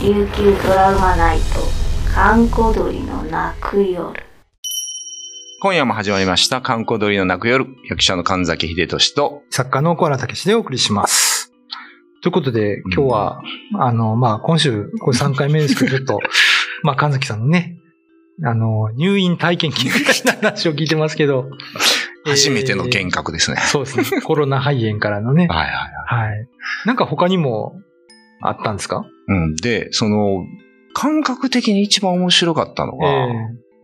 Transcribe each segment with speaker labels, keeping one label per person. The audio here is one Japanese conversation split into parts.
Speaker 1: 琉球ドラマナイト観光鳥の泣く夜
Speaker 2: 今夜も始まりました、観光鳥の泣く夜、役者の神崎秀俊と、
Speaker 3: 作家の小原武史でお送りします。ということで、今日は、あの、まあ、今週、これ3回目ですけど、ちょ っと、まあ、神崎さんのね、あの、入院体験記みたいな話を聞いてますけど、
Speaker 2: 初めての
Speaker 3: 件
Speaker 2: 幻覚ですね。
Speaker 3: そうですね。コロナ肺炎からのね。
Speaker 2: はいはい。
Speaker 3: はい。なんか他にもあったんですか
Speaker 2: うん。で、その、感覚的に一番面白かったの
Speaker 3: ええ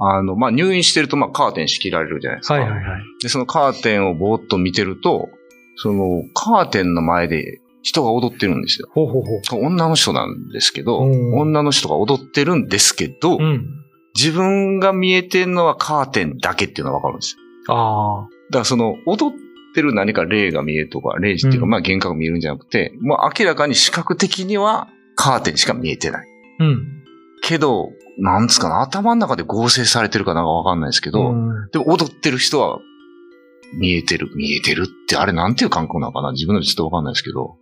Speaker 2: が、あの、まあ、入院してると、まあ、カーテン仕切られるじゃないですか。
Speaker 3: はいはいはい。
Speaker 2: で、そのカーテンをぼーっと見てると、その、カーテンの前で人が踊ってるんですよ。
Speaker 3: ほうほうほ
Speaker 2: 女の人なんですけど、
Speaker 3: うん
Speaker 2: 女の人が踊ってるんですけど、
Speaker 3: う。うん。
Speaker 2: 自分が見えてるのはカーテンだけっていうのはわかるんですよ。
Speaker 3: ああ。
Speaker 2: だからその、踊ってる何か霊が見えるとか、霊視っていうか、
Speaker 3: うん
Speaker 2: まあ幻覚見えるんじゃなくて、もう明らかに視覚的にはカーテンしか見えてない。
Speaker 3: うん。
Speaker 2: けど、なんつうかな、頭の中で合成されてるかなんかわかんないですけど、
Speaker 3: うん
Speaker 2: でも踊ってる人は、見えてる、見えてるって、あれなんていう感覚なのかな自分でちょっとわかんないですけど、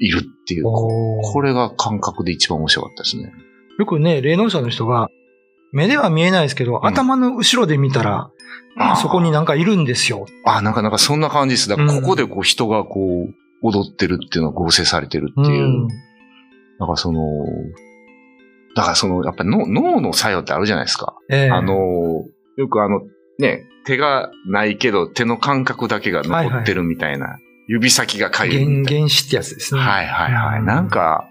Speaker 2: いるっていう。こ
Speaker 3: おー
Speaker 2: これが感覚で一番面白かったですね。
Speaker 3: よくね、霊能者の人が、目では見えないですけど、
Speaker 2: ん
Speaker 3: 頭の後ろで見たら、
Speaker 2: あー
Speaker 3: そこになんかいるんですよ。
Speaker 2: あ、なんかなんかそんな感じです。だから
Speaker 3: う
Speaker 2: こ
Speaker 3: ん
Speaker 2: こでこう人がこう、踊ってるっていうのが合成されてるっていう。
Speaker 3: ん。
Speaker 2: なんかその、だからその、やっぱり脳脳の作用ってあるじゃないですか。
Speaker 3: ええ
Speaker 2: あの、よくあの、ね、手がないけど手の感覚だけが残ってるみたいな、指先が痒い
Speaker 3: 原
Speaker 2: みたい
Speaker 3: 原始ってやつです
Speaker 2: な。
Speaker 3: ね。
Speaker 2: はいはいはい。
Speaker 3: うん
Speaker 2: なんか、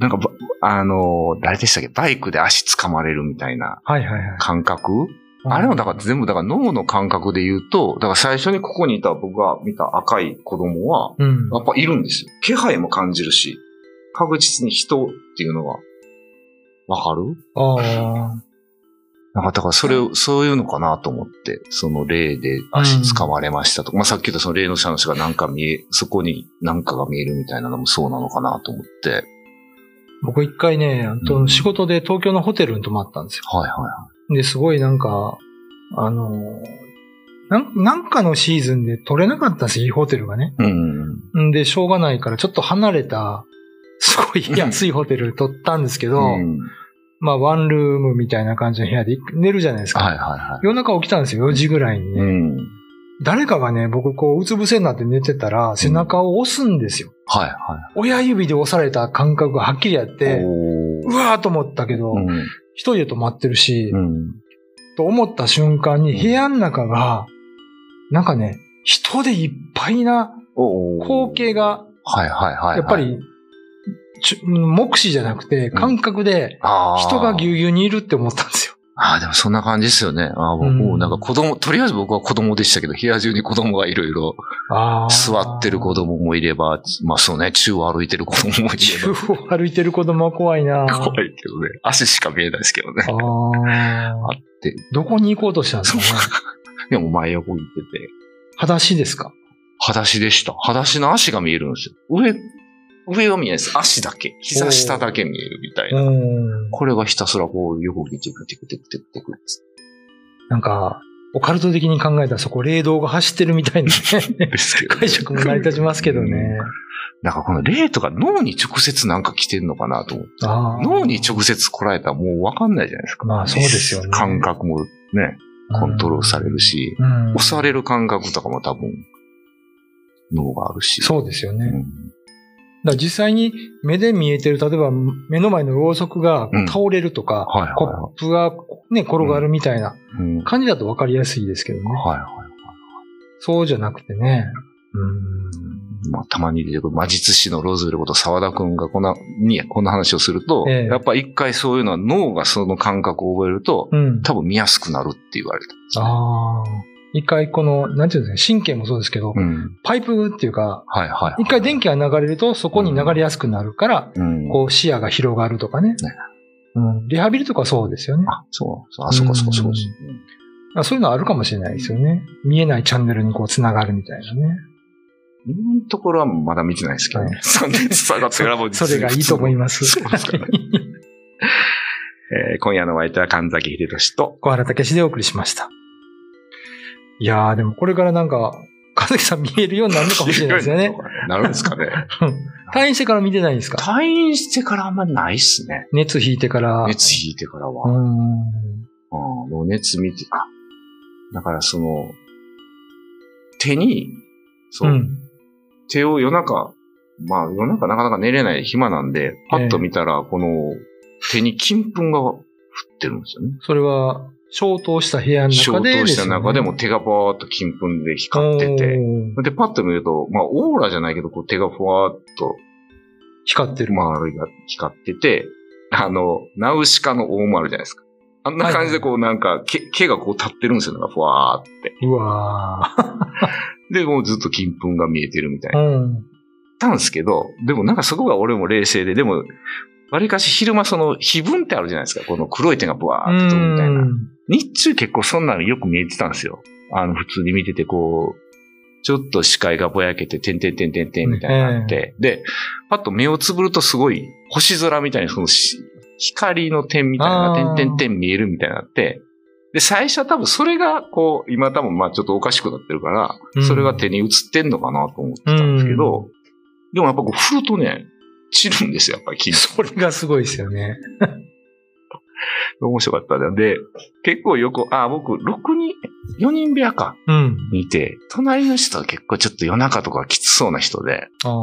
Speaker 2: なんかば、あの、誰でしたっけバイクで足掴まれるみたいな
Speaker 3: はいはいはい。
Speaker 2: 感覚あれもだから全部、だから脳の感覚で言うと、だから最初にここにいた僕が見た赤い子供は、
Speaker 3: うん。
Speaker 2: やっぱいるんですよ。気配も感じるし、確実に人っていうのが、わかる
Speaker 3: あ
Speaker 2: なんか、だからそれを、そういうのかなと思って、その例で足掴まれましたとか、まあさっき言ったその例の者の人がなんか見え、そこになんかが見えるみたいなのもそうなのかなと思って。はい
Speaker 3: あ。僕一回ね、あ
Speaker 2: う
Speaker 3: と
Speaker 2: ん
Speaker 3: 仕事で東京のホテルに泊まったんですよ。
Speaker 2: はいは
Speaker 3: で、すごいなんか、あのー、なんなんかのシーズンで取れなかったんですよ、いいホテルがね。
Speaker 2: い。うん。
Speaker 3: んで、しょうがないからちょっと離れた、すごい安いホテル取ったんですけど、
Speaker 2: うん、
Speaker 3: まあ、ワンルームみたいな感じの部屋で寝るじゃないですか。
Speaker 2: はいはいは
Speaker 3: 夜中起きたんですよ、4時ぐらいに
Speaker 2: い。
Speaker 3: ね。
Speaker 2: うん。
Speaker 3: 誰かがね、僕こう、うつ伏せになって寝てたら、背中を押すんですよ。
Speaker 2: はいは
Speaker 3: 親指で押された感覚がはっきりあっ
Speaker 2: い。
Speaker 3: て、
Speaker 2: お
Speaker 3: う
Speaker 2: ー
Speaker 3: わーと思ったけど、
Speaker 2: うん。
Speaker 3: 一人で止まってるし、
Speaker 2: うん。
Speaker 3: と思った瞬間
Speaker 2: う
Speaker 3: に
Speaker 2: ん
Speaker 3: 部屋の中が、なんかね、人でいっぱいな
Speaker 2: おー
Speaker 3: 光景。が、
Speaker 2: はいはいはいはい。
Speaker 3: やっぱ、り、ちゅ目視じゃなくて、感覚で、
Speaker 2: あー
Speaker 3: 人がぎゅうぎゅうにいるって思ったんですよ。
Speaker 2: ああ、でもそんな感じですよね。ああ、僕、
Speaker 3: うん
Speaker 2: もうなんか子供、とりあえず僕は子供でしたけど、部屋中に子供がいろいろ、
Speaker 3: あー
Speaker 2: 座ってる 子供もいれば、まあそうね、宙を歩いてる子供もいれ
Speaker 3: 中を歩いてる子供は怖いな
Speaker 2: ば、怖いけどね。足しか見えないですけどね。
Speaker 3: ああ。
Speaker 2: て
Speaker 3: どこに行こうとしたんですか、ね、
Speaker 2: でも前横行ってて、
Speaker 3: 裸足ですか
Speaker 2: 裸足でした。裸足の足が見えるんですよ。上、上は見えないです。足だけ。膝下だけ見えるみたいうな。
Speaker 3: ん。
Speaker 2: これがひたすらこう、横にテクテクテクテクテクっつ
Speaker 3: なんか、オカルト的に考えたらそこ、霊道が走ってるみたいな
Speaker 2: って
Speaker 3: ね
Speaker 2: ですけどね、
Speaker 3: 解釈も成り立ちますけどね。
Speaker 2: なんかこの霊とか脳に直接なんか来てんのかなと思って
Speaker 3: あー
Speaker 2: 脳に直接来られたらもうわかんないじゃないですか。
Speaker 3: まあそうですよね
Speaker 2: 感覚もね、コントロールされるし、
Speaker 3: うん
Speaker 2: 押される感覚とかも多分、脳があるし。
Speaker 3: そうですよね。
Speaker 2: うん
Speaker 3: だから実際に目で見えてる、例えば目の前のろうそくが
Speaker 2: うん
Speaker 3: 倒れるとか、
Speaker 2: はいはいはい
Speaker 3: コップがね、転がるみたいな
Speaker 2: うんはい
Speaker 3: 感じだと分かりやすいですけどね。
Speaker 2: は
Speaker 3: そうじゃなくてね。うん
Speaker 2: い。まあ、たまに出てくる魔術師のローズベルこと沢田くんがこんな、に、こんな話をすると、
Speaker 3: ええ
Speaker 2: やっぱ一回そういうのは脳がその感覚を覚えると、
Speaker 3: うん。
Speaker 2: 多分見やすくなるって言われたんですね。
Speaker 3: ああ。一回この、なんていうんですか、神経もそうですけど、
Speaker 2: うん。
Speaker 3: パイプっていうか、
Speaker 2: はいはい。
Speaker 3: 一回電気が流れるとそこに流れやすくなるから、
Speaker 2: うん。
Speaker 3: こう視野が広がるとかね。うん、リハビリとかそうですよね。
Speaker 2: あ、そうなんです。あ、そうかそうかそうです。
Speaker 3: あそういうのあるかもしれないですよね。見えないチャンネルにこう繋がるみたいなね。
Speaker 2: 今のところはまだ見てないですけどね。
Speaker 3: は
Speaker 2: 3年下がってからも
Speaker 3: それがいいと思います。
Speaker 2: そうですかね えー今夜のお相手は神崎秀俊と。
Speaker 3: 小原武史でお送りしました。 いやー、でもこれからなんか、和樹さん見えるようになるのかもしれないですよね。。
Speaker 2: なるんですか ね。
Speaker 3: 退院してから見てないんですか
Speaker 2: 退院してからあんまないっすね。
Speaker 3: 熱引いてから。
Speaker 2: 熱引いてから
Speaker 3: うー
Speaker 2: は。
Speaker 3: ん。
Speaker 2: うん、もう熱見て、あ、だからその、手に、そうう、
Speaker 3: ん。
Speaker 2: 手を夜中、まあ夜中なかなか寝れない暇なんで、パッと見たら、この手に金粉が降ってるんですよね。
Speaker 3: それは、消灯した部屋の
Speaker 2: 消
Speaker 3: 中で
Speaker 2: 灯
Speaker 3: で
Speaker 2: し
Speaker 3: すよ
Speaker 2: た
Speaker 3: ね、
Speaker 2: 中でも手がパーッと金粉で光ってて、
Speaker 3: おー
Speaker 2: で、パッと見ると、まあ、オーラじゃないけど、こう、手がふわーっと、
Speaker 3: 光ってる。
Speaker 2: 丸いが光ってて、あの、ナウシカの大丸じゃないですか。あんな感じで、こう、なんか、毛毛がこう立ってるんですよ、なんか、ふわーって。
Speaker 3: うわ
Speaker 2: で、もうずっと金粉が見えてるみたい
Speaker 3: ー。
Speaker 2: な。
Speaker 3: うん。
Speaker 2: たんですけど、でもなんかそこが俺も冷静で、でも、わりかし昼間その、非分ってあるじゃないですか。この黒い点がブワーっと飛ぶみたいな。日中結構そんなのよく見えてたんですよ。あの、普通に見てて、こう、ちょっと視界がぼやけて、てんてんてんてんてんみたいになって、で、パッと目をつぶるとすごい星空みたいに、そのし光の点みたいな
Speaker 3: あー
Speaker 2: のがてんてんてん見えるみたいになって、で、最初は多分それが、こう、今多分まあちょっとおかしくなってるから、
Speaker 3: うん
Speaker 2: それが手に映ってんのかなと思ってたんですけど、でもやっぱこう振るとね、散るんですよ、やっぱり金属
Speaker 3: それがすごいですよね。
Speaker 2: 面白かったんで、結構よく、あ、僕、6人、4人部屋か。
Speaker 3: うん。
Speaker 2: にいて、隣の人は結構ちょっと夜中とかきつそうな人で、
Speaker 3: あー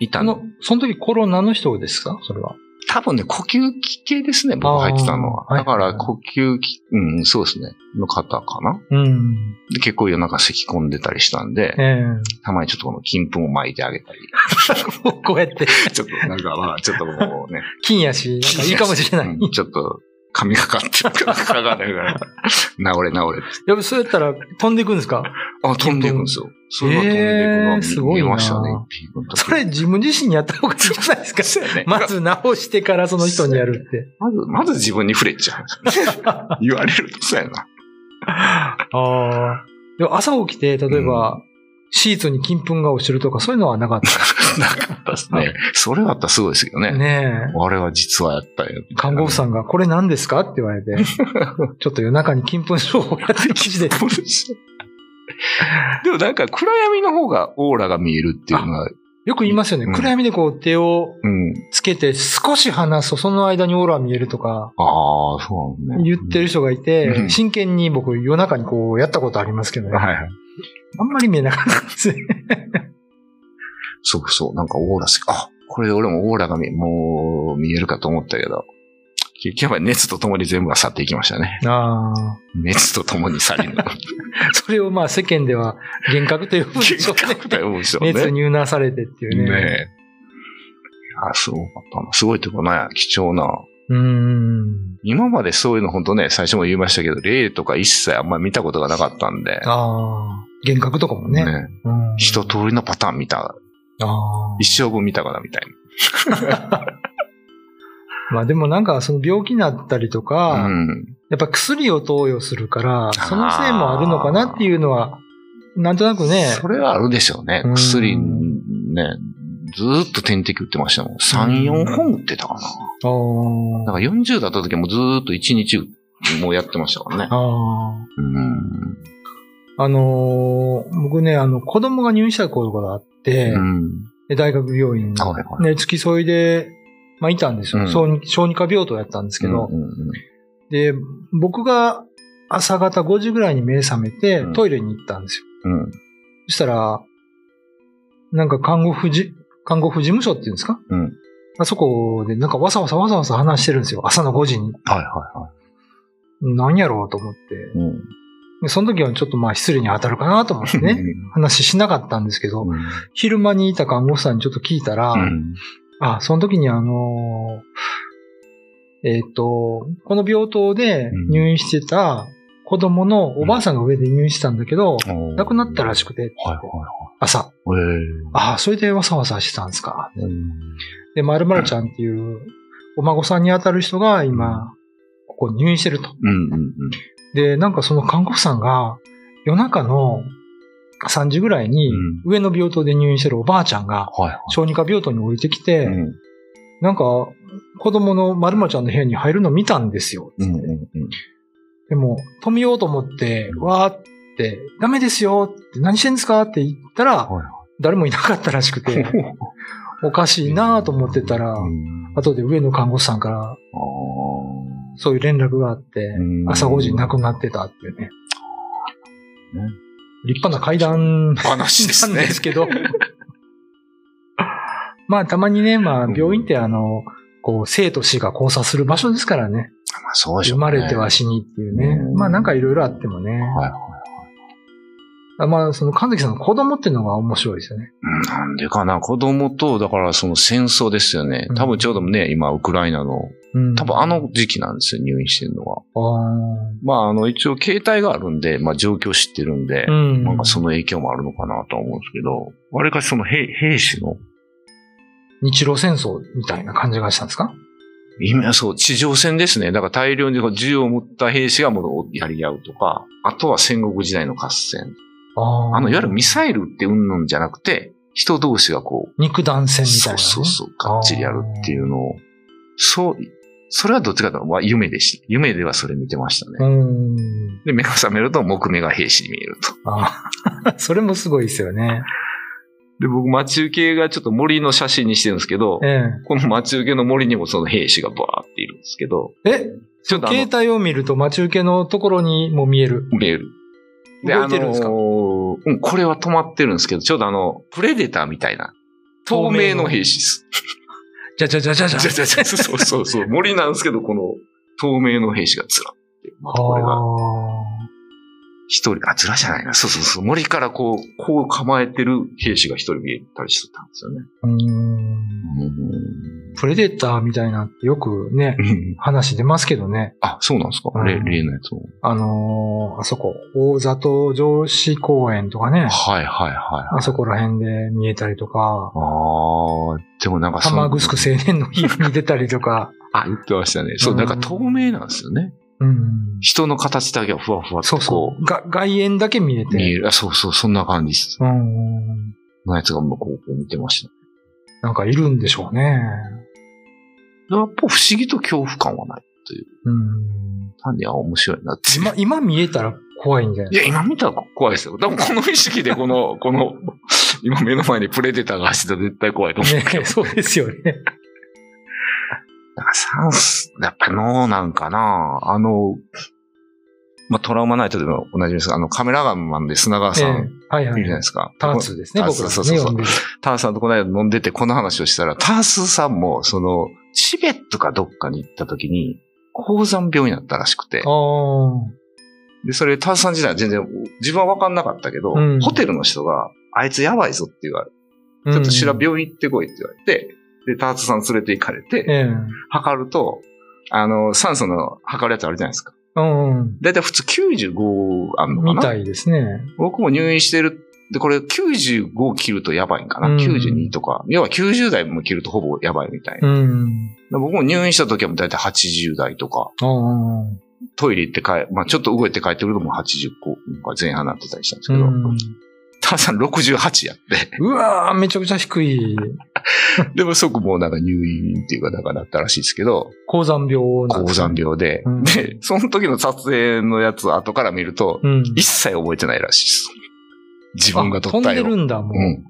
Speaker 2: いた
Speaker 3: あ
Speaker 2: の
Speaker 3: の。、その時コロナの人ですかそれは。
Speaker 2: 多分ね、呼吸器系ですね、僕入ってたのは。
Speaker 3: あーは
Speaker 2: だ
Speaker 3: いはい
Speaker 2: か
Speaker 3: はい
Speaker 2: ら、呼吸器、うん、そうですね、の方かな。
Speaker 3: うん。
Speaker 2: で結構夜中咳込んでたりしたんで
Speaker 3: え、え
Speaker 2: たまにちょっとこの金粉を巻いてあげた り、
Speaker 3: こうやって、
Speaker 2: ちょっとなんかまあ、ちょっともうね、
Speaker 3: 金やし、なんかいいかもしれない。
Speaker 2: うんちょっと、髪がかってるから、かがれるから、治れ治れって。
Speaker 3: やっぱそうやったら飛んでいくんですか
Speaker 2: あ、飛んでいくんですよ。それが飛んでい
Speaker 3: えー
Speaker 2: く
Speaker 3: す
Speaker 2: の
Speaker 3: ご
Speaker 2: は見
Speaker 3: い
Speaker 2: 見
Speaker 3: な
Speaker 2: ましたね、一匹の時
Speaker 3: それ自分自身にやった方がいいんじゃない ですか
Speaker 2: そうやね
Speaker 3: まず直してからその人にやるって。
Speaker 2: まず、まず自分に触れちゃう。 言われるとそうやな。
Speaker 3: ああ。でも朝起きて、例えば、シーツに金粉が落ちるとか、そういうのはなかっ
Speaker 2: なかったですね。それだったらすごいですけど
Speaker 3: た。
Speaker 2: ね。
Speaker 3: ねえ。
Speaker 2: あれは実はやったよ。
Speaker 3: 看護婦さんが、これ何ですかって言われて、ちょっと夜中に金粉症をやってる記事で。
Speaker 2: でもなんか暗闇の方がオーラが見えるっていうのは、
Speaker 3: よく言いますよね。
Speaker 2: うん
Speaker 3: 暗闇でこう手を
Speaker 2: うん。
Speaker 3: つけて、少し離すとその間にオーラ見えるとか、
Speaker 2: ああ、そうなんね。
Speaker 3: 言ってる人がい
Speaker 2: うん
Speaker 3: て、真剣に僕夜中にこうやったことありますけどね。
Speaker 2: はいはい。
Speaker 3: あんまり見えなかったですね。
Speaker 2: そうそう。なんかオーラ好き。あ、これで俺もオーラが見え、もう見えるかと思ったけど。結局やっぱり熱とともに全部が去っていきましたね。
Speaker 3: ああ。
Speaker 2: 熱とともに去りぬ。
Speaker 3: それをまあ世間では幻覚と呼ぶんでしょうね。
Speaker 2: 幻覚だよ、もう一緒
Speaker 3: 熱にうなされてっていうね。
Speaker 2: ねえ。いや、すごかったな。すごいとこね、貴重な。
Speaker 3: うーん。
Speaker 2: 今までそういうの本当ね、最初も言いましたけど、霊とか一切あんまり見たことがなかったんで、
Speaker 3: ああ。幻覚とかもね。
Speaker 2: ね
Speaker 3: うん
Speaker 2: 一通りのパターン見た、
Speaker 3: あ
Speaker 2: 一生分見たかなみたい
Speaker 3: あ。まあでもなんかその病気になったりとか、
Speaker 2: な。うん。
Speaker 3: やっぱ薬を投与するから、そのせいもあるのかなっていうのは、なんとなくね。
Speaker 2: それはあるでしょうね。
Speaker 3: うん
Speaker 2: 薬、ね、ずーっと点滴打ってましたもん。3、
Speaker 3: うん
Speaker 2: 4本打ってたかな。
Speaker 3: あー
Speaker 2: だから40だった時はもうずーっと1日もうやってましたからね。
Speaker 3: あー。
Speaker 2: うん。
Speaker 3: あのー僕ね、あの、子供が入院した頃があって、
Speaker 2: うん。
Speaker 3: で大学病院に
Speaker 2: あ、はいはい。
Speaker 3: ね、付き添いで、まあ、いたんですよ、
Speaker 2: うん
Speaker 3: 小児。小児科病棟やったんですけど、
Speaker 2: うんうんうん
Speaker 3: で、僕が朝方5時ぐらいに目覚めて
Speaker 2: うん、
Speaker 3: トイレに行ったんですよ。
Speaker 2: うん。
Speaker 3: そしたら、なんか看護婦じ、看護婦事務所っていうんですか
Speaker 2: うん
Speaker 3: あそこで、なんかわさわさわさわさ話してるんですよ。朝の5時に。
Speaker 2: はいはいは
Speaker 3: 何やろうと思って。
Speaker 2: い。うん。
Speaker 3: でその時はちょっとまあ失礼に当たるかなと思ってね。話しなかったんですけど、
Speaker 2: うん。
Speaker 3: 昼間にいた看護婦さんにちょっと聞いたら、
Speaker 2: うん。
Speaker 3: あ、その時にあのーえっ、と、この病棟で入院してた子供のおばあさんが上で入院してたんだけど、亡くなったらし
Speaker 2: く
Speaker 3: くて、
Speaker 2: はいは
Speaker 3: 朝。
Speaker 2: いはい。
Speaker 3: ああ、それでわさわさしてたんですか。
Speaker 2: えーうん
Speaker 3: で、〇〇ちゃんっていうお孫さんにあたる人が今、ここに入院してると。
Speaker 2: うんうんうん。
Speaker 3: で、なんかその看護婦さんが、夜中の3時ぐらいに
Speaker 2: うん、
Speaker 3: 上の病棟で入院してるおばあちゃんが、
Speaker 2: はいはい。
Speaker 3: 小児科病棟に降りてきて、
Speaker 2: うん
Speaker 3: なんか、子供のまるまちゃんの部屋に入るの見たんですよ。
Speaker 2: うんうんうん。
Speaker 3: でも、止めようと思って、わーって、ダメですよって、何してんですかって言ったら、
Speaker 2: はい
Speaker 3: 誰もいなかったらし くて、おかしいなぁと思ってたら、
Speaker 2: うん
Speaker 3: 後で上野看護師さんから
Speaker 2: あー
Speaker 3: そういう連絡があって
Speaker 2: う、ん
Speaker 3: 朝5時に亡くなってたっていうね
Speaker 2: ね。
Speaker 3: 立派な階段
Speaker 2: 話です
Speaker 3: なん
Speaker 2: ね
Speaker 3: で。すけど。まあ、たまにね、まあ、病院ってあの、こう、生と死が交差する場所ですからね。
Speaker 2: まあそうでしょう
Speaker 3: 生
Speaker 2: ね
Speaker 3: まれては死にっていうね。
Speaker 2: うん
Speaker 3: まあ、なんかいろいろあってもね。
Speaker 2: はい
Speaker 3: まあ、その、神崎さんの子供っていうのが面白いですよね。
Speaker 2: うんなんでかな、子供と、だからその戦争ですよね
Speaker 3: うん。
Speaker 2: 多分ちょうどね、今、ウクライナの、
Speaker 3: うん。
Speaker 2: 多分あの時期なんですよ、入院してるのは。
Speaker 3: あ
Speaker 2: まあ、あの、一応携帯があるんで、まあ状況知ってるんで
Speaker 3: ー。う、ん。
Speaker 2: なんかその影響もあるのかなとは思うんですけど、あれかしその兵兵士の、
Speaker 3: 日露戦争みたいな感じがしたんですか
Speaker 2: 今、そう、地上戦ですね。だから大量に銃を持った兵士がもうやり合うとか、あとは戦国時代の合戦。
Speaker 3: あー
Speaker 2: あの、いわゆるミサイルってうんぬんじゃなくて、人同士がこう、
Speaker 3: 肉弾戦みたいな、
Speaker 2: そう
Speaker 3: ね。
Speaker 2: そうそう、がっちりやるっていうのを、そう、それはどっちかというとまあ夢でした。夢ではそれ見てましたね。
Speaker 3: うん。
Speaker 2: で、目が覚めると木目が兵士に見えると。
Speaker 3: あーそれもすごいですよね。
Speaker 2: で、僕待ち受けがちょっと森の写真にしてるんですけど、
Speaker 3: え
Speaker 2: この待ち受けの森にもその兵士がバーっているんですけど、
Speaker 3: え。え
Speaker 2: ちょっとあ
Speaker 3: 携
Speaker 2: の、
Speaker 3: 帯を見ると待ち受けのところにも見える。
Speaker 2: 見える。
Speaker 3: 動いてるんですか
Speaker 2: あのーうん、これは止まってるんですけど、ちょうどあの、プレデターみたいな、透明の兵士です。
Speaker 3: じゃじゃじゃじゃじゃ。
Speaker 2: じゃじゃじゃ、そうそうそう、森なんですけど、この透明の兵士がずらって、まあ、 これが一人、あ、ずらじゃないな。そうそうそう。森からこう、こう構えてる兵士が一人見えたりしてたんですよね。
Speaker 3: あーうんプレデターみたいなってよくね、
Speaker 2: うん
Speaker 3: 話出ますけどね。
Speaker 2: あ、そうなんですか、
Speaker 3: うん
Speaker 2: 例例のやつも。
Speaker 3: あのーあそこ、大里城址公園とか
Speaker 2: は
Speaker 3: ね、
Speaker 2: いはいはい。
Speaker 3: あそこら辺で見えたりとか、
Speaker 2: ああ、でもなんかその
Speaker 3: 玉城青年の日に出たりとか、
Speaker 2: あ、言ってましたね。そうう、
Speaker 3: ん
Speaker 2: なんか透明なんですよね。
Speaker 3: うん、
Speaker 2: 人の形だけはふわふわっ
Speaker 3: そ
Speaker 2: と
Speaker 3: うそ
Speaker 2: こ
Speaker 3: う。が外縁だけ見え
Speaker 2: う、見え
Speaker 3: て。
Speaker 2: る。あ、そうそう、そんな感じです。
Speaker 3: うん。
Speaker 2: のやつが向こうを見てました。
Speaker 3: なんかいるんでしょうね。
Speaker 2: やっぱ不思議と恐怖感はない。
Speaker 3: うん。
Speaker 2: 単には面白いなって。
Speaker 3: 今、今見えたら怖いんじゃない
Speaker 2: いや、今見たら怖いですよ。多分この意識でこの、 この、今目の前にプレデターが走ったら絶対怖いと思う。
Speaker 3: ねえ そうですよね。
Speaker 2: だからサンス、やっぱ脳なんかなあの、まあ、トラウマナイトでも同じですが、あの、カメラガンマンで砂川
Speaker 3: え
Speaker 2: さん、
Speaker 3: えはい
Speaker 2: い
Speaker 3: は
Speaker 2: るじゃない
Speaker 3: い
Speaker 2: で。すか。
Speaker 3: ターツですね、
Speaker 2: ター
Speaker 3: 僕
Speaker 2: ツ
Speaker 3: らね、
Speaker 2: そうそうそう
Speaker 3: 呼んでる
Speaker 2: ターさんとこの間飲んでてこの話をしたら、タースさんも、その、チベットかどっかに行った時に、高山病になったらしくて
Speaker 3: あ、ー
Speaker 2: で、それタースさん自体は全然、自分は分かんなかったけど、
Speaker 3: うん
Speaker 2: ホテルの人が、あいつやばいぞって言われてちょっと調べ、病院行ってこいって言われて、で、ターツさん連れて行かれ
Speaker 3: うん
Speaker 2: て、
Speaker 3: ええ。
Speaker 2: 測ると、あの、酸素の測るやつあるじゃないですか。
Speaker 3: うんうん。
Speaker 2: だいたい普通95あんのか
Speaker 3: み
Speaker 2: な
Speaker 3: たいですね。
Speaker 2: 僕も入院してる。で、これ95切るとやばいんかな、
Speaker 3: うん
Speaker 2: ?92 とか。要は90代も切るとほぼやばいみたいな。
Speaker 3: うん。
Speaker 2: で僕も入院した時はもうだいたい80代とか、
Speaker 3: ああ。
Speaker 2: トイレ行って帰、まあちょっと動いて帰ってくるともう80個が前半になってたりしたんです
Speaker 3: う
Speaker 2: けど、
Speaker 3: ん。
Speaker 2: ターツさん68や って。
Speaker 3: うわーめちゃくちゃ低い。
Speaker 2: でも即もうなんか入院っていうかなんかなったらしいですけど、
Speaker 3: 高山病なん
Speaker 2: 高
Speaker 3: ですね
Speaker 2: 山病で、
Speaker 3: うん
Speaker 2: で、その時の撮影のやつを後から見ると、
Speaker 3: うん。
Speaker 2: 一切覚えてないらしいです。自分が撮った
Speaker 3: あ飛んで
Speaker 2: よ。
Speaker 3: るんだ、も
Speaker 2: う
Speaker 3: う。
Speaker 2: ん。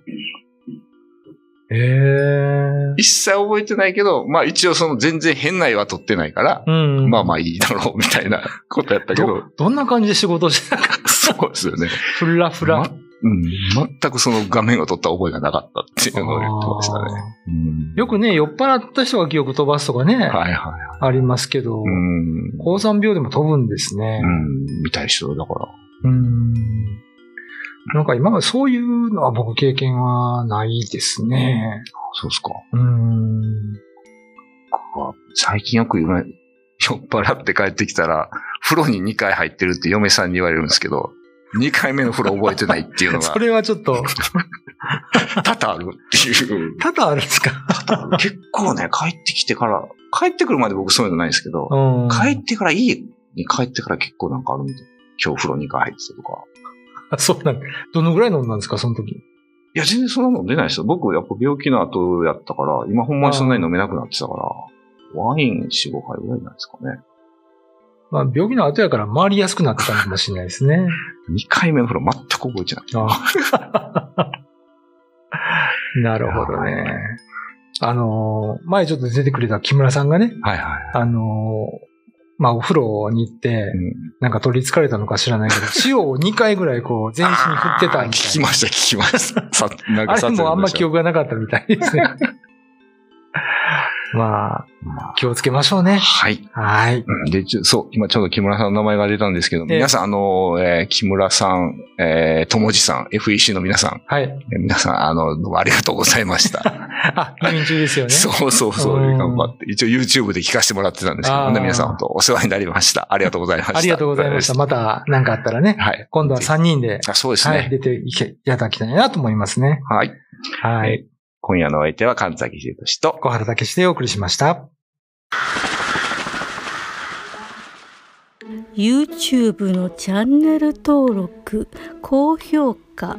Speaker 3: ええ。
Speaker 2: 一切覚えてないけど、まあ一応その全然変な絵は撮ってないから、
Speaker 3: うん。
Speaker 2: まあまあいいだろうみたいなことやったけど、
Speaker 3: どんな感じで仕事してたか。
Speaker 2: そうですよね。
Speaker 3: ふらふ
Speaker 2: ま
Speaker 3: ら。
Speaker 2: うん、全くその画面を撮った覚えがなかったっていうのを言ってましたね。
Speaker 3: あ
Speaker 2: う
Speaker 3: ー
Speaker 2: ん
Speaker 3: よくね、酔っ払った人が記憶飛ばすとかね、
Speaker 2: はいはい。
Speaker 3: ありますけど
Speaker 2: う、ん。
Speaker 3: 高山病でも飛ぶんですね
Speaker 2: う。ん。みたい人だから。
Speaker 3: うん。なんか今までそういうのは僕経験はないですね。
Speaker 2: そうですか。
Speaker 3: うん。
Speaker 2: 最近よく言われ酔っ払って帰ってきたら、風呂に2回入ってるって嫁さんに言われるんですけど、2回目の風呂覚えてないっていうのが
Speaker 3: そ、れはちょっと、
Speaker 2: 多々あるっていう。
Speaker 3: 多々あるんですか。
Speaker 2: 結構ね、帰ってきてから、帰ってくるまで僕そういうのないんですけど、
Speaker 3: うん。
Speaker 2: 帰ってから家に帰ってから結構なんかあるみたい。今日風呂2回入ってたとか。
Speaker 3: あそうなんどのぐらい飲んだんですか、その時。
Speaker 2: いや、全然そんなの出ないですよ。僕、やっぱ病気の後やったから、今ほんまにそんなに飲めなくなってたから、ワイン4、5杯ぐらいじゃないですかね。
Speaker 3: まあ、病気の後やから回りやすくなってたの かもしれないですね。
Speaker 2: 2回目の風呂全く覚えてない。
Speaker 3: あなるほどね。あのー、前ちょっと出てくれた木村さんがね、
Speaker 2: はいはい。
Speaker 3: あのー、まあ、お風呂に行って
Speaker 2: う、ん
Speaker 3: なんか取り憑かれたのか知らな いけど、塩を2回ぐらいこう、全身に振ってたみた
Speaker 2: あ
Speaker 3: い
Speaker 2: ー
Speaker 3: な。
Speaker 2: 聞きました、聞きました。さなん
Speaker 3: あ
Speaker 2: か撮
Speaker 3: れ
Speaker 2: 影
Speaker 3: もあんま記
Speaker 2: 記憶
Speaker 3: 憶がなかったみたい ですね。まあ、気をつけましょうね。
Speaker 2: はい。
Speaker 3: はい。
Speaker 2: うんで、ちょそう、今ちょうど木村さんの名前が出たんですけど、
Speaker 3: ええ
Speaker 2: 皆さん、あの、えー木村さん、えー、ともじさん、FEC の皆さん、
Speaker 3: はい。
Speaker 2: えー皆さん、あの、どうもありがとうございました。
Speaker 3: あ、入院中ですよね。
Speaker 2: そうそうそう、
Speaker 3: うん
Speaker 2: 頑張って。一応 YouTube で聞かせてもらってたんですけ
Speaker 3: あ
Speaker 2: ど、
Speaker 3: ー
Speaker 2: ね、皆さん本当お世話になりました。ありがとうございました。
Speaker 3: ありがとうございました。また何かあったらね、
Speaker 2: はい。
Speaker 3: 今度は3人で、
Speaker 2: あそうです
Speaker 3: はい、
Speaker 2: ね。
Speaker 3: 出ていけいただきたいなと思いますね。
Speaker 2: はい。
Speaker 3: は
Speaker 2: はいい。今夜のお相手は神崎秀俊と、
Speaker 3: 小原武史でお送りしました。
Speaker 4: YouTube のチャンネル登録高評価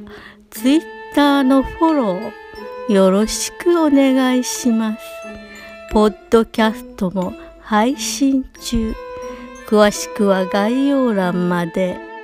Speaker 4: Twitter のフォローよろしくお願いしますポッドキャストも配信中詳しくは概要欄まで。